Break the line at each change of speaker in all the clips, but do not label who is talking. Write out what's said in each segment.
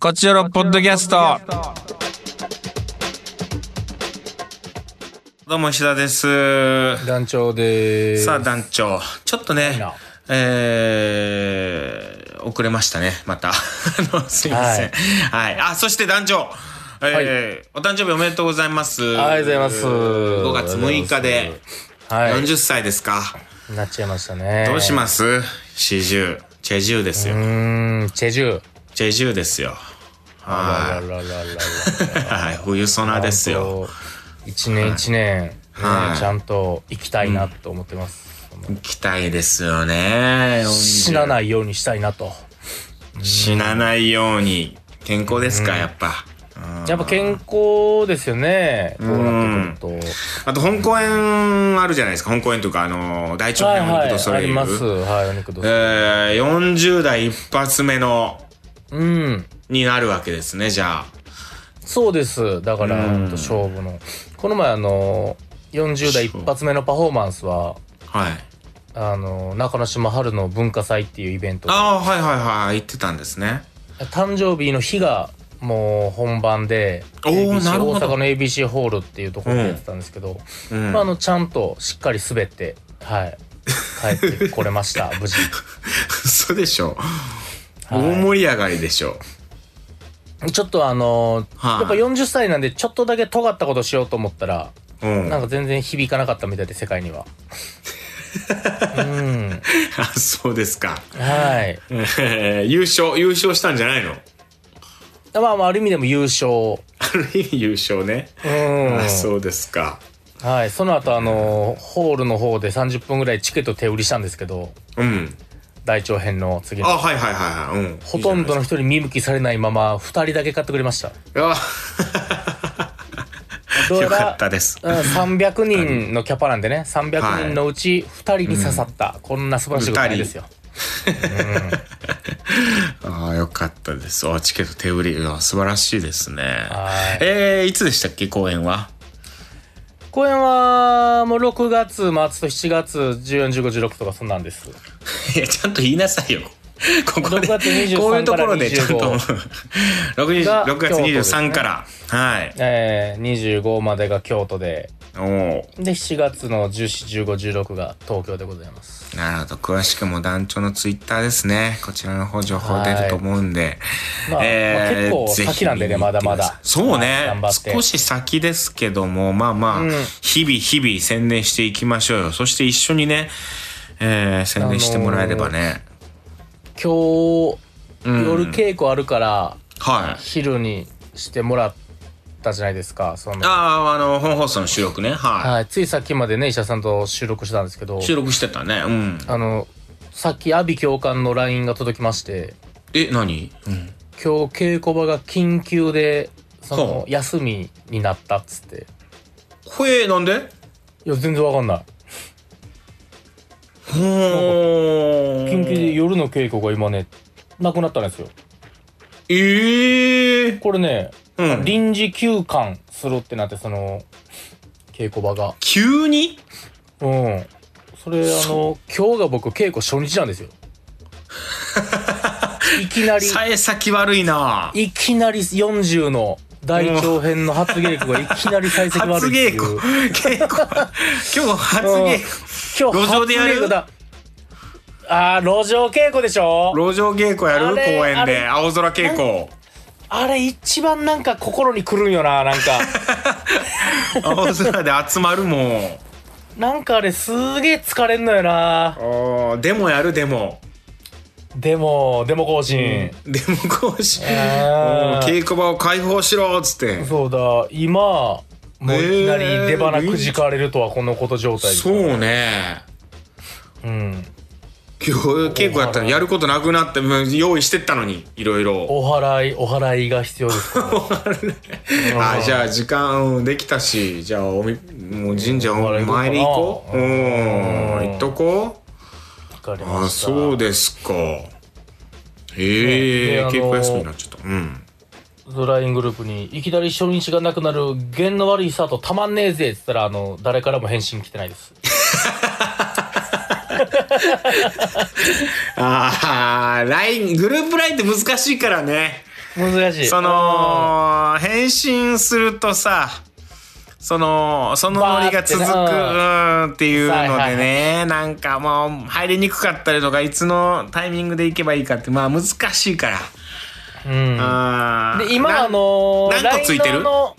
こちらのポッドキャスト。どうも石田です。
団長でーす。
さあ団長、ちょっとね
な、
えー、遅れましたね、また。あ の、すいません。はい。あ、そして団長。えーお誕生日おめでとうございます。
ありがとうございます。
5月6日で
はい。
40歳ですか。
なっちゃいましたね。
どうし
ま
ます四十。チェジュですよ
う。ーん、チェジュ。
チェジュですよ。
あら
は
ららららら。
い。はい。冬ソナですよ。
本当。一年一年、ね
はい
ちゃんと行きたいなと思ってます。その
行きたいですよね。
死なないようにしたいなと。
死なないように。健康ですか、やっぱ。うん
やっぱ健康ですよね。こうなってくると。
あと本公演あるじゃないですか本公演というかあの大長
はい
編お
は
肉と
い。
そ
あ
れ
り
い
ます。
う
はい、お肉と。
えー40代一発目の
うん。
になるわけですねじゃあ
そうです。だから、
うん
ほんと勝負の。この前、あの、40代一発目のパフォーマンスは、
はい
あの、中之島春の文化祭っていうイベントで
ああはいはいはい言ってたんですね
誕生日の日がもう本番で、
おー
ABC
なるほど
大阪の ABC ホールっていうところでやってたんですけど、
うん
まあ、あの、ちゃんとしっかり滑って、はい、帰ってこれ ました、無事。
嘘でしょ、
はい
大盛り上がりでしょ
ちょっとあの、
はい
やっぱ40歳なんでちょっとだけ尖ったことしようと思ったら、
うん
なんか全然響かなかったみたいで、世界に は。うん。
あ そうですか、
はい。
えー優勝優勝したんじゃないの
まあまあ、ある意味でも優勝。
ある意味優勝ね、
うん。
あそうですか
はい、その後あのーホールの方で30分ぐらいチケット手売りしたんですけど
うん
大長編の次
あ
の
はいはいはいはいうん
ほとんど
い
の人に見向きされないまま2人だけ買ってくれました
いじゃないですかあ
どう
よ
や
かっ
ら
たです
うん300人のキャパなんでね300人のうち2人に刺さった、こんな素晴らしいことないですよ
ああ、よかったです。あチケット手売り。いや素晴らしいですね。
はい
えー、いつでしたっけ、公演は。
公演はもう6月末と7月141516とかそんなんです
いや、ちゃんと言いな さいよ。ここで、
6月23
こういうところでちゃんと、
から
6,
が
6月
京都ですね
23から。はい。
えー、25までが京都で
おお
で7月の141516が東京でございます
ーなるほど。詳しくも団長のツイッターですね。こちらの方情報出ると思うんで。
まあまあ結構
ぜひ
先なんでね
見に行って
まだまだ
くさいそう
はい
ね
頑張。って
少し先ですけども、まあまあ、
うん
日々日々宣伝していきましょうよ。そして一緒にね、えー宣伝してもらえればね。
今日、夜稽古あるから
はい。
昼にしてもらったじゃないですかその、
ああ、あの、本放送の収録ね。は
はい、ついさっきまでね医者さんと収録してたんですけど
い。収録してたね。うん。
あのさっき阿炎教官の LINE が届きまして
え、何うん。
今日稽古場が緊急でそ
ほ
の休みになったっつって
これ、なんで
いや全然わかんない
ほー。
緊急で夜の稽古が今ねなくなったんですよ
ええ
これね、
ー。うん。
臨時休館するってなってその稽古場が
急に
うん。それ、あの、今日が僕、稽古初日なんで すよ。いきなり、
さえ先悪いない
きなり40の大長編の初稽古がいきなり採石悪
初
いっ
稽
ていう。
古。稽古。今日初
うん
稽古。
今日
路上でやる
初稽古だ。あー、路上稽古でしょ
路上稽古やる
あれ
公園
あ
で
れ
青空稽古
あれ一番なんか心にくるんよな、なん か。
青空で集まるもん
なん かあれすげえ疲れんのよな。
あーでもやるでも
でも、でも更新。
でも講師
あー
稽古場を開放しろっつって
そうだ、今、もういきなり出
え
花
ー
くじかれるとはこのこと状態です
そ
から
うね
うん。
今日稽古やったらやることなくなってもう用意してったのにいろいろ
お払い、お払いが必要です から。
あじゃあ時間うんできたしじゃあおみもう神社お参り行こう
う
うんん行っとこう
わかり
あ
ました。
そう
で。
ですかへえ
ね
稽
で
古
あの
休みになっちゃったうん
ライングループに、いきなり初日がなくなる、弦の悪いスタートたまんねえぜって言ったら、あの、誰からも返信来てないです。
ああ、ライン、グループラインって難しいからね。
難しい。
その返信するとさそのそのノリが続くう
バーってな
ーんっていうのでね、
はいはい
なんかもう入りにくかったりとかいつのタイミングで行けばいいかってまあ難しいから、
うん。
あー
で、今、
な
あのー、
何個ついてる
LINE の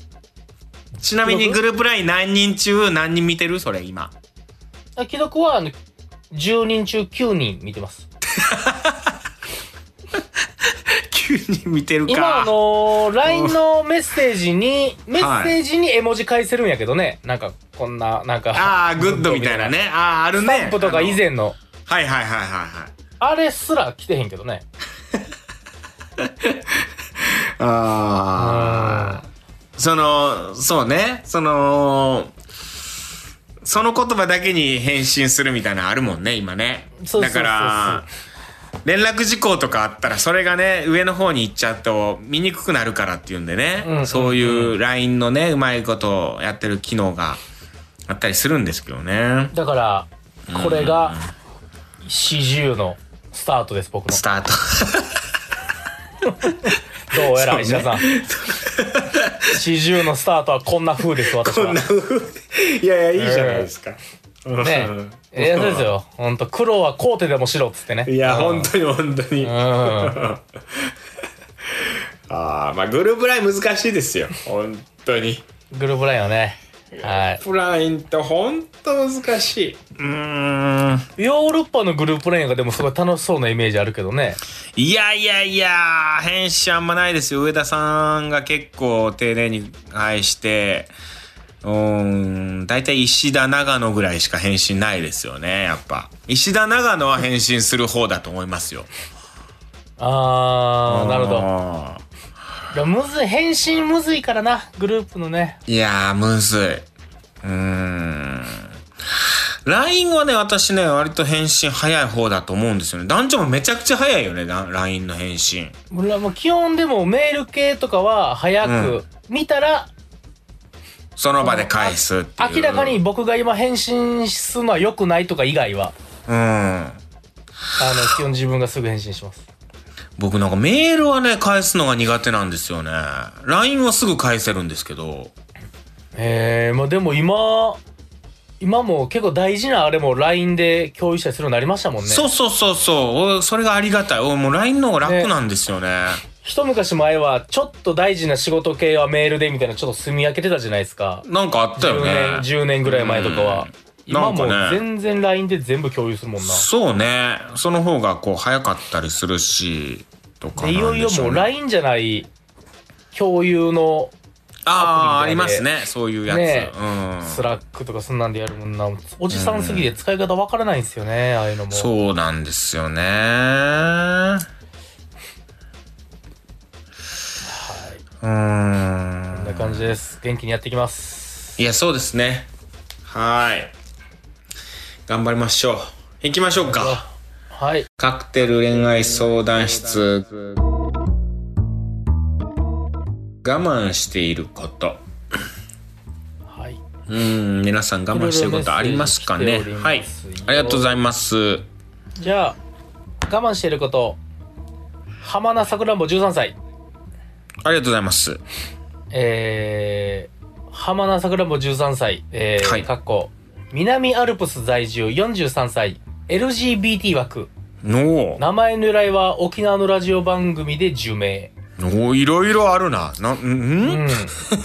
ちなみにグループライン何人中何人見てるそれ今
あ既読は、あの10人中9人見てます。
9人見てるか
今、あのー、LINE のメッセージに、メッセージに絵文字返せるんやけどね。なんか、こんな、なんか。
ああグッドみたいな。ねああある
ス
ね
タンプとか以前の。
あのはいはいはいはいはい
あれすら来てへんけどね。
ああそのそうねそのその言葉だけに返信するみたいなのあるもんね今ね
そうそうそうそ
だ
う
から連絡事項とかあったらそれがね上の方に行っちゃうと見にくくなるからっていうんでね、
うんうん
そういう LINE のねうまいことやってる機能があったりするんですけどね
だから、これが、四十のスタートです、僕の
ス。タート
どうやら、石
そうね
田さん。四十のスタートはこんな風です、私は。
いやいやいいじゃないですか、
ねえ。いや、そうですよ。ほんと、苦労はこうてでもしろっつってね。
いや、
うん
本当に本当に。
う
あ
ん。
あ、まあグループライン難しいですよ。本当に。
グループラインはね。は
プラインって本当難しい。うーん。
い。ヨーロッパのグループラインがでもすごい楽しそうなイメージあるけどね。
いやいやいや、返信あんまないですよ。上田さんが結構丁寧に返して、うーん、大体石田長野ぐらいしか返信ないですよね、やっぱ。石田長野は返信する方だと思いますよ。
あー、なるほど。
ど。
いやむずい、返信むずいからな、グループのね。
いやー、むずい。うーん。LINE はね、私ね、割と返信早い方だと思うんですよね。男女もめちゃくちゃ早いよね、ラ LINE の返信。
俺はもう基本でもメール系とかは早
う
く見たら、
その場で返すっていう。
明らかに。僕が今返信するのは良くないとか以外は、
うん。
あの、基本自分がすぐ返信します。
僕なんかメールはね、返すのが苦手なんですよね。LINE はすぐ返せるんですけど。
えー、まあでも今、今も結構大事なあれも LINE で共有したりするようになりましたもんね。
そうそうそうそう。おそれがありがたい。おもう LINE の方が楽なんですよね。
一昔前は、ちょっと大事な仕事系はメールでみたいな、ちょっと住み分けてたじゃないですか。
なんかあったよ
10
ね
年、。10年ぐらい前とかは。今もう
なんかね
全然 LINE で全部共有するもんな。
そうね。その方がこう早かったりするし、とかなん
でいよいよ
でしょ
も
う
う
ね
LINE じゃない共有の
ああ、あ
アプ
り
リみた
ま
いです
ね。そういうやつ。
ね
うん。
スラックとかそんなんでやるもんな。おじさんすぎて使い方わからないんですよね、ああいうのも。
そうなんですよね。はいう
こん
ー。
なん感じです。元気にやっていきます。
いや、そうですね。はーい。頑張りましょう。行きましょうか。
はい。
カクテル恋愛相談室。我慢していること。
はい。
うーん、皆さん我慢してることありますか
いろ
ね
いろメッセージ来ており。ます
はい。ありがとうございます。
じゃあ、我慢していること。浜名さくらんぼ13歳。
ありがとうございます。
えー、浜名さくらんぼ13歳。えー、
はい
かっこ、南アルプス在住43歳。LGBT 枠。
の
名前の由来は沖縄のラジオ番組で10名。
おいろいろあるな。な、んん
うん。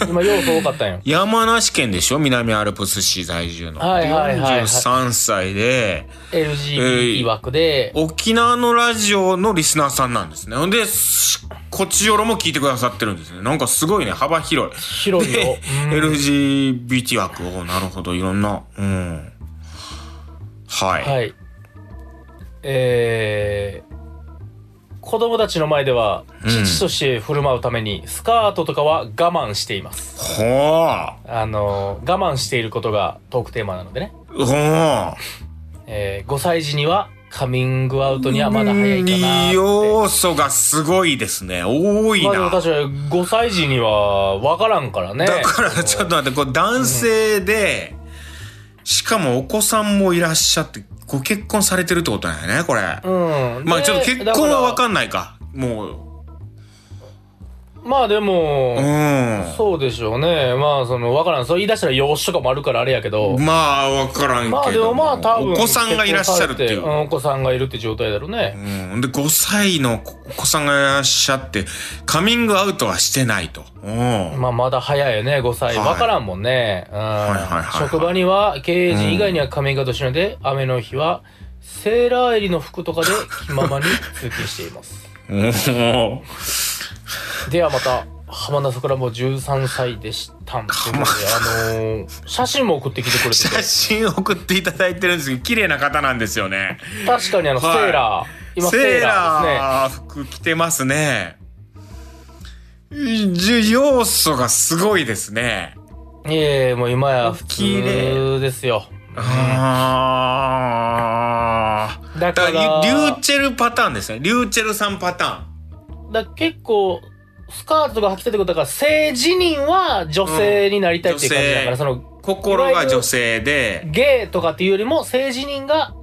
今、要素多かった んよ。
山梨県でしょ南アルプス市在住の。
はいはいはいはい
43歳で、
LGBT 枠で、
沖縄のラジオのリスナーさんなんですね。ほんで、しこっちよろも聞いてくださってるんですね。なんかすごいね、幅広い。
広いよ
で。LGBT 枠を、なるほど、いろんな。うん。はい。
はい。えー、子供たちの前では、父として振る舞うために、スカートとかは我慢しています。
ほー。
あの、我慢していることがトークテーマなのでね。
ほー。
えー、5歳児には、カミングアウトにはまだ早いかなって。
要素がすごいですね。多い
まあで
な。
も確かに5歳児には分からんからね。
だからちょっと待ってこう男性で、しかもお子さんもいらっしゃってご結婚されてるってことなんやねこれ、
うん。
まあちょっと結婚は分
ん
かんないかもう
まあでも、
うん。
そうでしょうね。まあ、その、わからん。そう言い出したら養子とかもあるからあれやけど。
まあ、わからんけど。
まあでもまあ多分。
お子さんがいらっしゃるってい
結婚され
う。
んお子さんがいるって状態だろうね。
うん、で5歳のお子さんがいらっしゃってカミングアウトはしてないと。うん
まあまだ早いよね、5歳。
はい
わからんもんね。うん
いはいはい
職場には経営陣以外には仮面がどしので、雨の日はセーラー襟の服とかで気ままに通勤して います。
おー
ではまた、浜田桜も13歳でしたん。ということで、あのー写真も送ってきてくれて て
写。真送っていただいてるんですけど綺麗な方なんですよね。
確かにあの、セ
はい
ーラー。今、セ
セ
ー
ー
ラーですね。
ラー服着てますね。じ要素がすごいですね。
いえいえ、もう今や普
綺
通
麗
ですよ。
あー
だか
だから
ら、
リュリューチェルパターンですね。リューチェルさんパターン。
だから結構、スカートが履きたいってことだから、性自認は女性になりたいっていう感じだから、
うん
その、
心が女性で。
ゲイとかっていうよりも、性自認が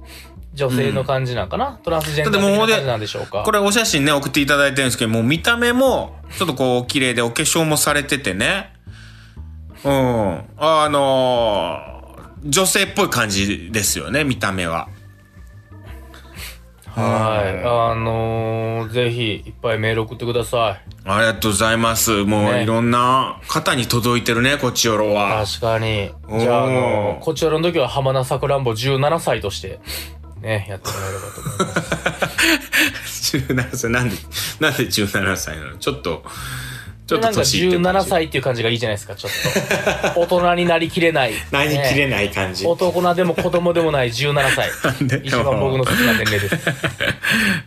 女性の感じなんかな、トランスジェンダー
だって
的
も
な
うで
感じなんでしょうか。
これお写真ね、送っていただいてるんですけど、もう見た目も、ちょっとこう、綺麗で、お化粧もされててね。うん。あのー女性っぽい感じですよね、見た目は。
はい。あのー、ぜひ、いっぱいメール送ってください。
ありがとうございます。もう、
ね
いろんな方に届いてるね、こっちよろ は。
確かに。
おー
じゃあ、あのーこちらの時は浜名さくらんぼ17歳として、ね、やってもらえればと思います。
17歳、なんで、なんで17歳なのちょっと、ちょっ
な
と
んか
年いってる感
17
じ。
歳っていう感じがいいじゃないですか、ちょっと。大人になりきれない。
なりきれ
ね
ない感じ。
男でも子供でもない17歳
んで。
一番僕の好きな年齢 です。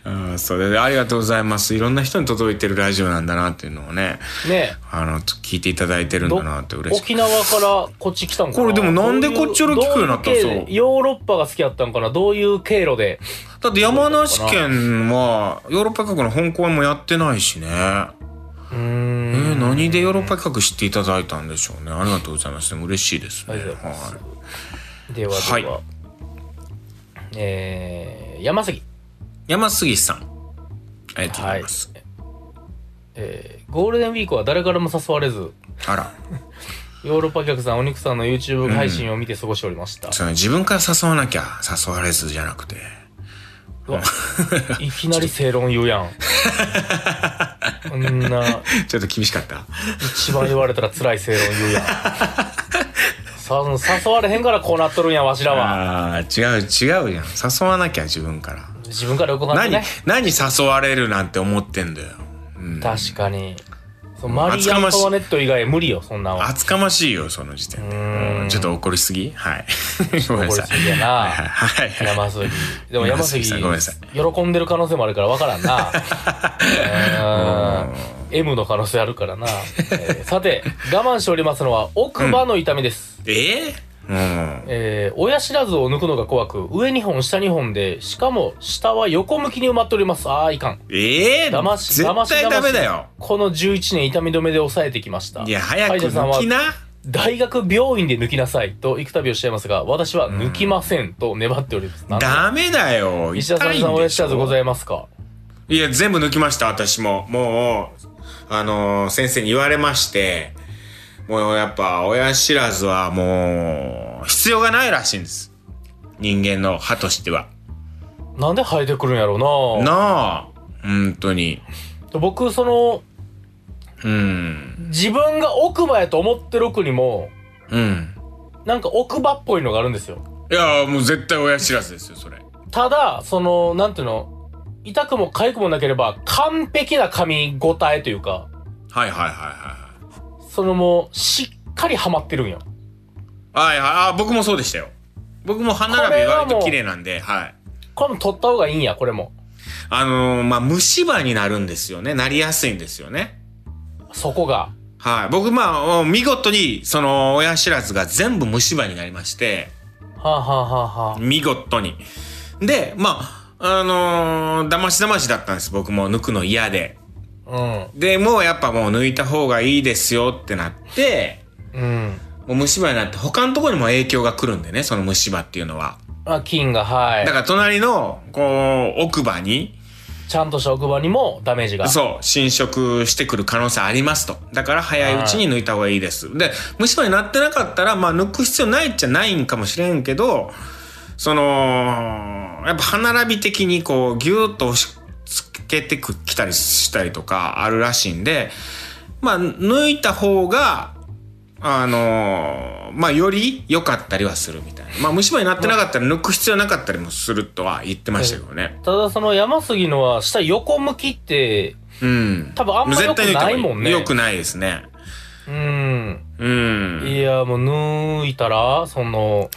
うん、それでありがとうございます。いろんな人に届いてるラジオなんだなっていうのをね。
ね
あの、聞いていただいてるん
ど
だなって嬉しい。
沖縄からこっち来たんかな
これでもなんでこっちより聞くようになったん
どい
そう
経路でヨーロッパが好きだったんかなどういう経路で。
だって山梨県は、ヨーロッパ企画の本公演もやってないしね。
うー
えー
ん。
何でヨーロッパ企画知っていただいたんでしょうね。ありがとうございます。でも嬉しいですね。
ありがとうございます
は
ではで
は
は。えー、山崎。
い山杉さん。ありがとうございます。
えーゴールデンウィークは誰からも誘われず、
あら。
ヨーロッパ客さん、お肉さんの YouTube 配信を見て過ごしておりました。
その自分から誘わなきゃ誘われずじゃなくて。
うわいきなり正論言うやん。こんな、
ちょっと厳しかった。
一番言われたら辛い正論言うやん。さ誘われへんからこうなっとるんや、わしらは。
ああ、違う違うじゃん。誘わなきゃ自分から。
自分から動かんと
何
ね。、
何誘われるなんて思ってんだよ。うん。
確かに。そうマリー・アントワネット以外無理よ、そんなんは。
厚かましいよその時点で
ーん
ちょっと怒りすぎはい ごめんな
これ
さい
すぎやな。
はいはいはい
山 杉。でも山杉、
山杉さんごめんなさい
喜んでる可能性もあるからわからんな。 うーん M の可能性あるからな。えーさて、我慢しておりますのは奥歯の痛みです。
えー、
えー親知らずを抜くのが怖く、上2本、下2本で、しかも下は横向きに埋まっております。ああ、いかん。
うんええ
騙し騙
絶
し
対ダメだよ
この11年痛み止めで抑えてきました。
いや早く
歯医者さん
抜
は
き、な
大学病院で抜きなさいと行くたびをしていますが、私は抜きませんと粘っております。なんで
ダメだよ
石田さ
痛
ん
い
さん、
ん
親
で
知
し
らずござ
ょ
いますか
いや全部抜きました私ももうあのー先生に言われましてもうやっぱ親知らずはもう必要がないらしいんです人間の歯としては
なんで生えてくるんやろうな
なあ本当に
僕、その、
うん
自分が奥歯やと思ってる奥にも、
うん
なんか奥歯っぽいのがあるんですよ。
いやもう絶対親知らずですよそれ
ただ、その、なんていうの、痛くも痒くもなければ、完璧な髪ごたえというか、
はいはいはいはい
そのもう、しっかりハマってるんよ。
はいはいあ僕もそうでしたよ僕も歯並び割
これはも
と
う
綺麗なんではい
これも取った方がいいんや、これも。
あのーまあ虫歯になるんですよねなりやすいんですよね
そこが。
はい僕まあ見事にその親知らずが全部虫歯になりまして
はあ、はあはあはあ、
見事にでまああのー、だましだましだったんです僕も抜くの嫌ででもうやっぱもう抜いた方がいいですよってなって
うん。うん。
もう虫歯になって他のところにも影響が来るんでね、その虫歯っていうのは。
あ、金が、はい
だ。から隣の、こう、奥歯に、
ちゃんとした奥歯にもダメージが。
そう、侵食してくる可能性ありますと。だから早いうちに抜いた方がいいです。で、虫歯になってなかったら、まあ抜く必要ないっちゃないんかもしれんけど、その、やっぱ歯並び的にこう、ぎゅーっと押し付けてきたりしたりとかあるらしいんで、まあ抜いた方が、あのまあより良かったりはするみたいな。まあ虫歯になってなかったら抜く必要なかったりもするとは言ってましたけどね。
ただその山杉のは下横向きって、
うん。
多分あんま良くないもんね
よくないですね。
うん。
うん。
いや、もう抜いたら、その、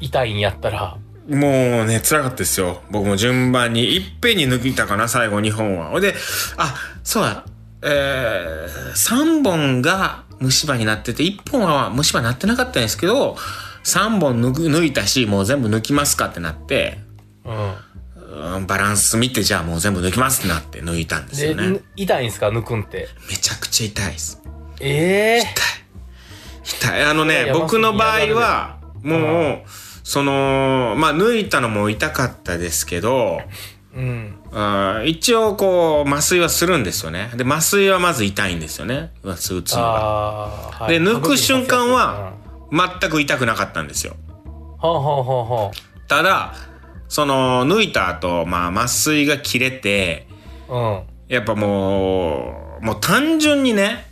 痛いんやったら。
もうね、辛かったですよ。僕も順番に、いっぺんに抜いたかな、最後2本は。ほいで、あ、そうだ、えー、3本が虫歯になってて、1本は虫歯になってなかったんですけど、3本抜く抜いたし、もう全部抜きますかってなって、
うん。
うんバランス見て、じゃあもう全部抜きますってなって抜いたんです
で、
よね
ぬ。痛いんすか抜くんって。
めちゃくちゃ痛いです。
ええ
痛いあの
い
ね
や
僕の場合
山崎嫌
はもうそのまあ抜いたのも痛かったですけど
うん。
あー一応こう麻酔はするんですよねで麻酔はまず痛いんですよね麻酔打つのが
ああ、
で抜く瞬間は全く痛くなかったんですよ
はあ、はあはあは
ただその抜いた後、まあ麻酔が切れて
あ、うん。
やっぱもうもう単純にね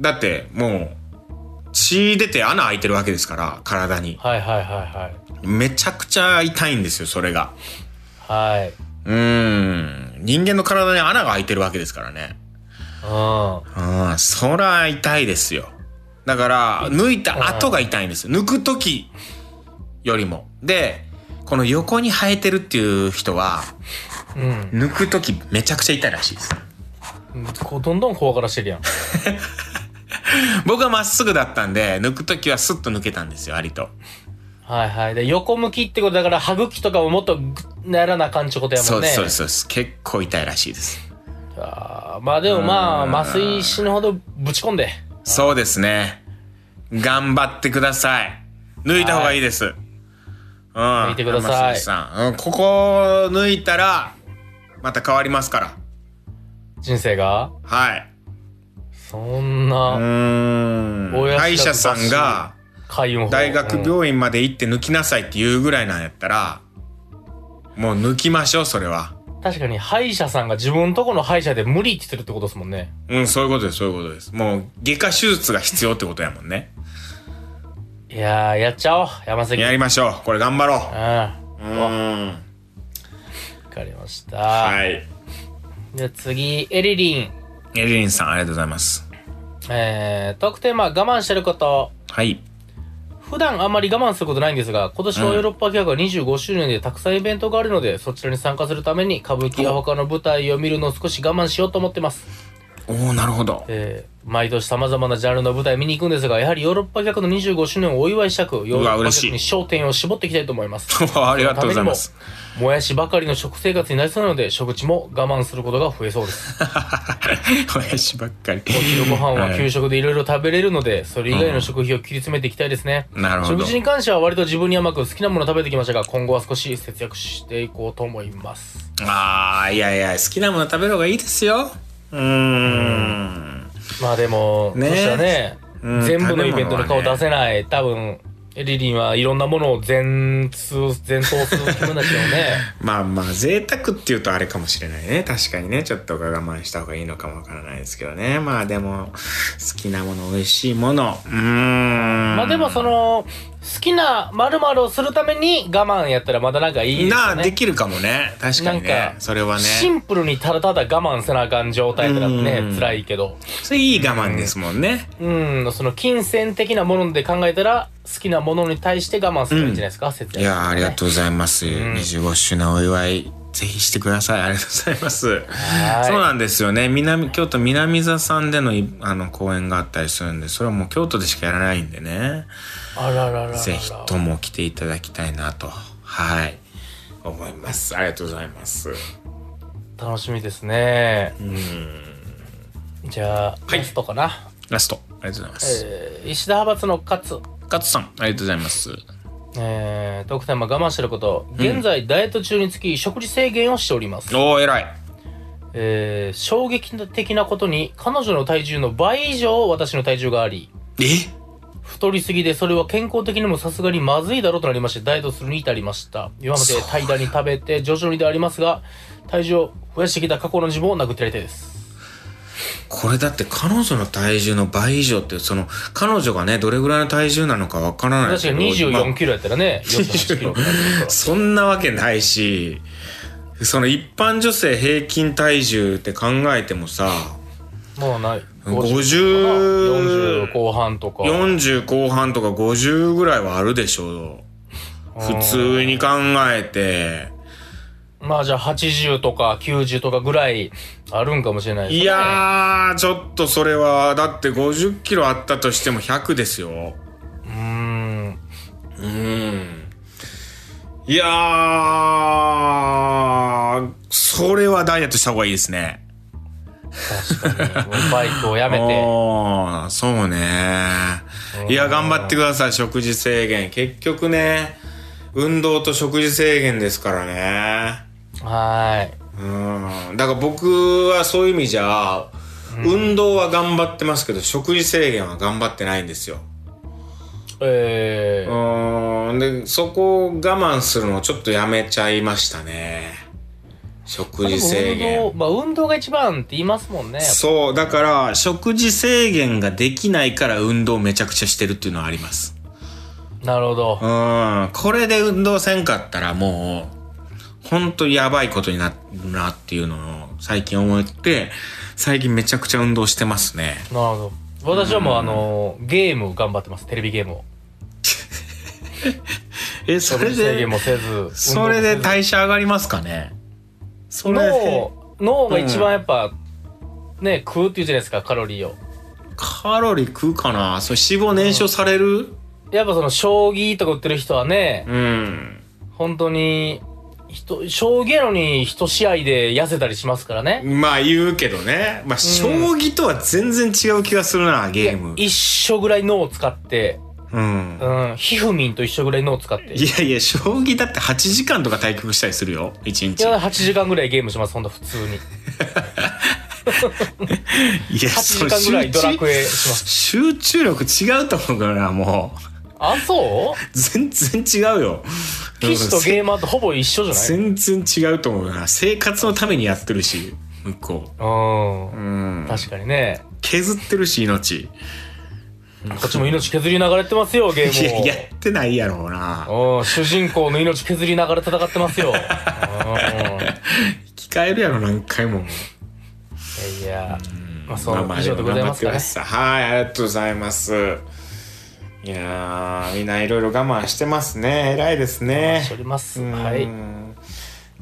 だってもう血出て穴開いてるわけですから体に
はいはいはい
めちゃくちゃ痛いんですよそれが
はい。はい。
うーん人間の体に穴が開いてるわけですからね
うん。
うんそら痛いですよだから抜いた後が痛いんです抜く時よりもでこの横に生えてるっていう人は
うん。
抜く時めちゃくちゃ痛いらしいです
こうどんどん怖がらしてるやん。
僕はまっすぐだったんで抜く時はスッと抜けたんですよ割と
はいはい。で、横向きってことだから、歯茎とかももっとぐやらなあかんちゅうことや
そ
も
うんで
ね。
すそうですそうです結構痛いらしいです
あーまあでもま
うん
あ、麻酔死ぬほどぶち込んで。
そうですね。頑張ってください。抜いた方がいいです。うん。抜
いてください
さん、うん、ここ抜いたら、また変わりますから。
人生が
はい。
そん
う
な、
ーん。
おや
歯医
じ
者
だと
さんが
開運法。
大学
うん
病院まで行って抜きなさいって言うぐらいなんやったら、もう抜きましょう、それは。
確かに歯医者さんが自分のとこの歯医者で無理って言ってるってことですもんね。
うん、そういうことです、そういうことです。もう、外科手術が必要ってことやもんね。
いやー、やっちゃおう。山崎。
やりましょう。これ頑張
うん。
ろ
わ
う。うーん。
かりました。
はい。
じゃあ次、エリリン。
エリリンさん、ありがとうございます。
えー、トークテーマ、我慢してること。
はい。
普段あんまり我慢することないんですが、今年のヨーロッパ企画が25周年でたくさんイベントがあるので、そちらに参加するために歌舞伎や他の舞台を見るのを少し我慢しようと思ってます。
おー、なるほど。
えー、毎年様々なジャンルの舞台見に行くんですが、やはりヨーロッパ企画の25周年をお祝いしたく、ヨーロッパ企画に焦点を絞っていきたいと思います。
ありがとうございます。
そのためにも。もやしばかりの食生活になりそうなので、食事も我慢することが増えそうです。
おやしばっかり。
昼ご飯
は
はい給食でいろいろ食べれるので、それ以外の食費を切り詰めていきたいですね。
なるほど
食事に関しては割と自分に甘く好きなものを食べてきましたが、今後は少し節約していこうと思います。
ああ、いやいや、好きなもの食べる方がいいですよ。うーん。
まあでも、
ねえ
そしたらね、
うん
全部のイベントの
食べ物
顔
はね
出せない。多分、リリンはいろんなものを全通、全通する気分だけど ね。
まあまあ、贅沢っていうとあれかもしれないね。確かにね、ちょっと我慢した方がいいのかもわからないですけどね。まあでも、好きなもの、美味しいもの。うーん。
まあでもその、好きな〇〇をするために我慢やったらまだなんかいいです
な
よ
あ、で
ね。
きるかもね。確かに
なん
ね
か。
それはね。
シンプルにただただ我慢せなあかん状態ってなってね
う、ん
辛いけど。
それいい我慢ですもんね。
うん、その金銭的なもので考えたら、好きなものに対して我慢するんじゃないですか、節約
いやーありがとうございます。25周年お祝い、ぜひしてください。ありがとうございます。
はい
そうなんですよね。南、京都南座さんでのいあの公演があったりするんで、それはもう京都でしかやらないんでね。
あららららら。
ぜひとも来ていただきたいなと、はい、思います。ありがとうございます。
楽しみですね。じゃあ、ラストかな。
ラスト、ありがとうございます。
えー石田派閥の勝。
カツさん、ありがとうございます。
えー、特典は我慢してること。現在、ダイエット中につき、食事制限をしております。
おー、偉い。
えー衝撃的なことに彼女の体重の倍以上私の体重があり
え
太りすぎでそれは健康的にもさすがにまずいだろうとなりましてダイエットするに至りました今まで怠惰に食べて徐々にではありますが体重を増やしてきた過去の自分を殴ってやりたいです
これだって彼女の体重の倍以上ってその彼女がねどれぐらいの体重なのかわからない
確かに
けどま
24
あ
キロやった らね48キロ
そんなわけないしその一般女性平均体重って考えてもさ
もうない
50
40後半とか
40後半とか50ぐらいはあるでしょう普通に考えて
まあじゃあ80とか90とかぐらいあるんかもしれないですね
いやーちょっとそれはだって50キロあったとしても100ですよ
うーん
うんいやーそれはダイエットした方がいいですね
確かにもうバイクをやめ て
ああ、そうね。いや、頑張ってください、食事制限。結局ね、運動と食事制限ですからね。
は
うん。だから僕はそういう意味じゃ、運動は頑張ってますけど、食事制限は頑張ってないんですよ。
ーいえー
うん。で、そこを我慢するのをちょっとやめちゃいましたね。食事制
でも
限。
運動まあ運動が一番って言いますもんね
そう、だから、食事制限ができないから運動めちゃくちゃしてるっていうのはあります。
なるほど
うん、これで運動せんかったらもう、ほんとやばいことになるなっていうのを最近思って、最近めちゃくちゃ運動してますね。
なるほど私はもうあのゲーム頑張ってますテレビゲームを
え、そ
食
れ
事制限
で、
もせず
それで
運動も
代謝上がりますかねそ
せず
れで、
脳脳が一番やっぱね食うっていうじゃないですかカロリーを
カロリー食うかなそれ脂肪燃焼される
やっぱその将棋とか売ってる人はね
うん。
本当に、人、将棋やのに一試合で痩せたりしますからね。
まあ言うけどね。まあ、将棋とは全然違う気がするな、ゲーム。
一緒ぐらい脳を使って、
うん
う。ん、ひふみんと一緒ぐらい脳を使って。い
いやいや、将棋だって8時間とか対局したりするよ、1日。
や、8時間ぐらいゲームします、ほんと普通に。
いや、
8時間ぐらいドラクエします。
集中力違うと思うからなもう
あ、そう
全然違うよ
騎士とゲーマーとほぼ一緒じゃない
全然違うと思うから生活のためにやってるし向こ
う。
ううんん
確かにね。
削ってるし命
こっちも命削りながらやってますよ、ゲ
い
ーム
や
を。
やってないやろうな
うん、主人公の命削りながら戦ってますよ。うん
生き返るやろ何回も
いやいや、まあ、そ
まあ
う
ま、あ
以上でございますか
頑
ね
張ってくだ。さいはいありがとうございますいやーみんないろいろ我慢してますね偉いですね
しております。
うん
はい。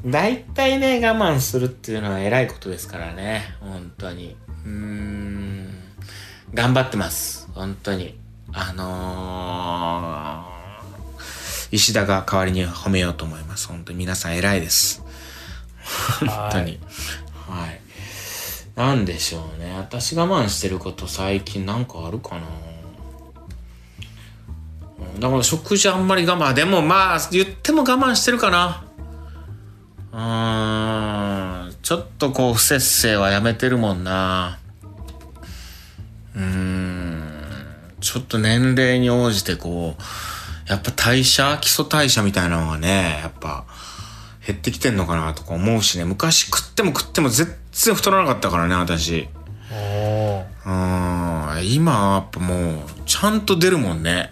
大体ね我慢するっていうのは偉いことですからね本当にうーん頑張ってます本当にあのー石田が代わりに褒めようと思います本当に皆さん偉いです本当にはいなんでしょうね私我慢してること最近なんかあるかなうんだから食事あんまり我慢でもまあ言っても我慢してるかなうーんちょっとこう不節制はやめてるもんなうーんちょっと年齢に応じてこうやっぱ代謝基礎代謝みたいなのがねやっぱ減ってきてんのかなとか思うしね昔食っても食っても全然太らなかったからね私
おー
うーん今はやっぱもうちゃんと出るもんね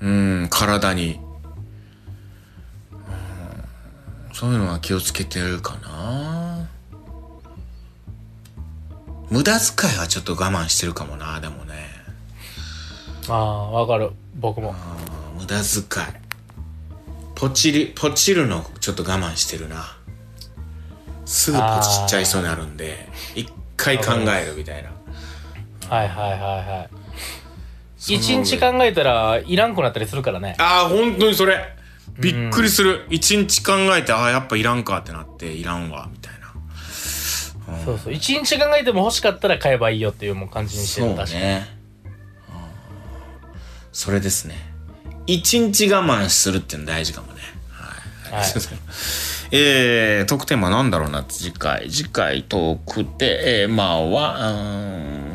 うん体にうんそういうのは気をつけてるかな無駄遣いはちょっと我慢してるかもなでもね
ああ、わかる。僕も。
うん無駄遣いポチりポチるのちょっと我慢してるなすぐポチっちゃいそうになるんで一回考えるみたいな
はいはいはいはい。一日
か
考えたら、いらんくなったりするからね。
ああ本当にそれびっくりする一日考えてああやっぱいらんかってなっていらんわみたいな
そうそう。一日考えても欲しかったら買えばいいよっていうもう感じにして
そう
る。確かに。
ねうんそれですね一日我慢するっていうの大事かもね
はい
すいません えー、トークテーマなんだろうな次回次回トークテーマはうー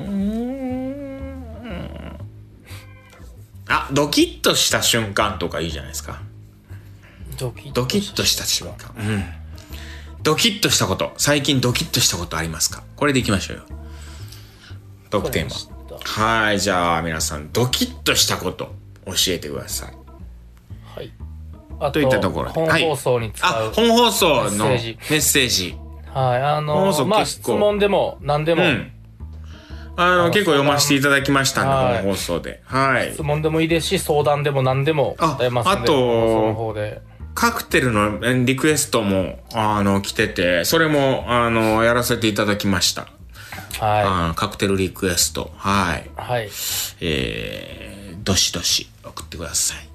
んあドキッとした瞬間とかいいじゃないですか
ドキッ
ドキッとした瞬間うんドキッとしたこと最近ドキッとしたことありますかこれでいきましょうよトークテーマ
マ
はい、じゃあ皆さん、ドキッとしたこと教えてください。
はいあ
といったところで
本
はい
放送に使う、
あ、本放送の
メ
メ
ッセージ
ッセージ。
はい、あ
本
の
放送
まあ
結
質
構
問でも何で
う
も、
ん。あの、
の
結構読ませていただきました
は
ん
い
で、本放送で。はい
質。問でもいいですし相談でも何でも答えますので
ああと
放送の方で
カクテルのえリクエストも、あの、来てて、それも、あの、やらせていただきました。あ
は
ーカクテルリクエスト。はい。
いはい
えー、どしどし送ってください。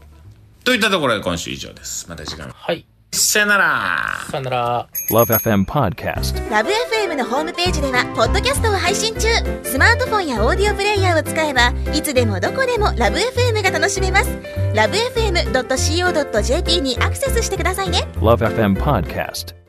といったところで今週以上です。また次回。
はい
さよなら
さよなら
Love FM Podcast.
ラブ f m のホームページではポッドキャストを配信中スマートフォンやオーディオプレイヤーを使えばいつでもどこでもラブ f m が楽しめますラブ FM.co.jp にアクセスしてくださいね
Love FM Podcast.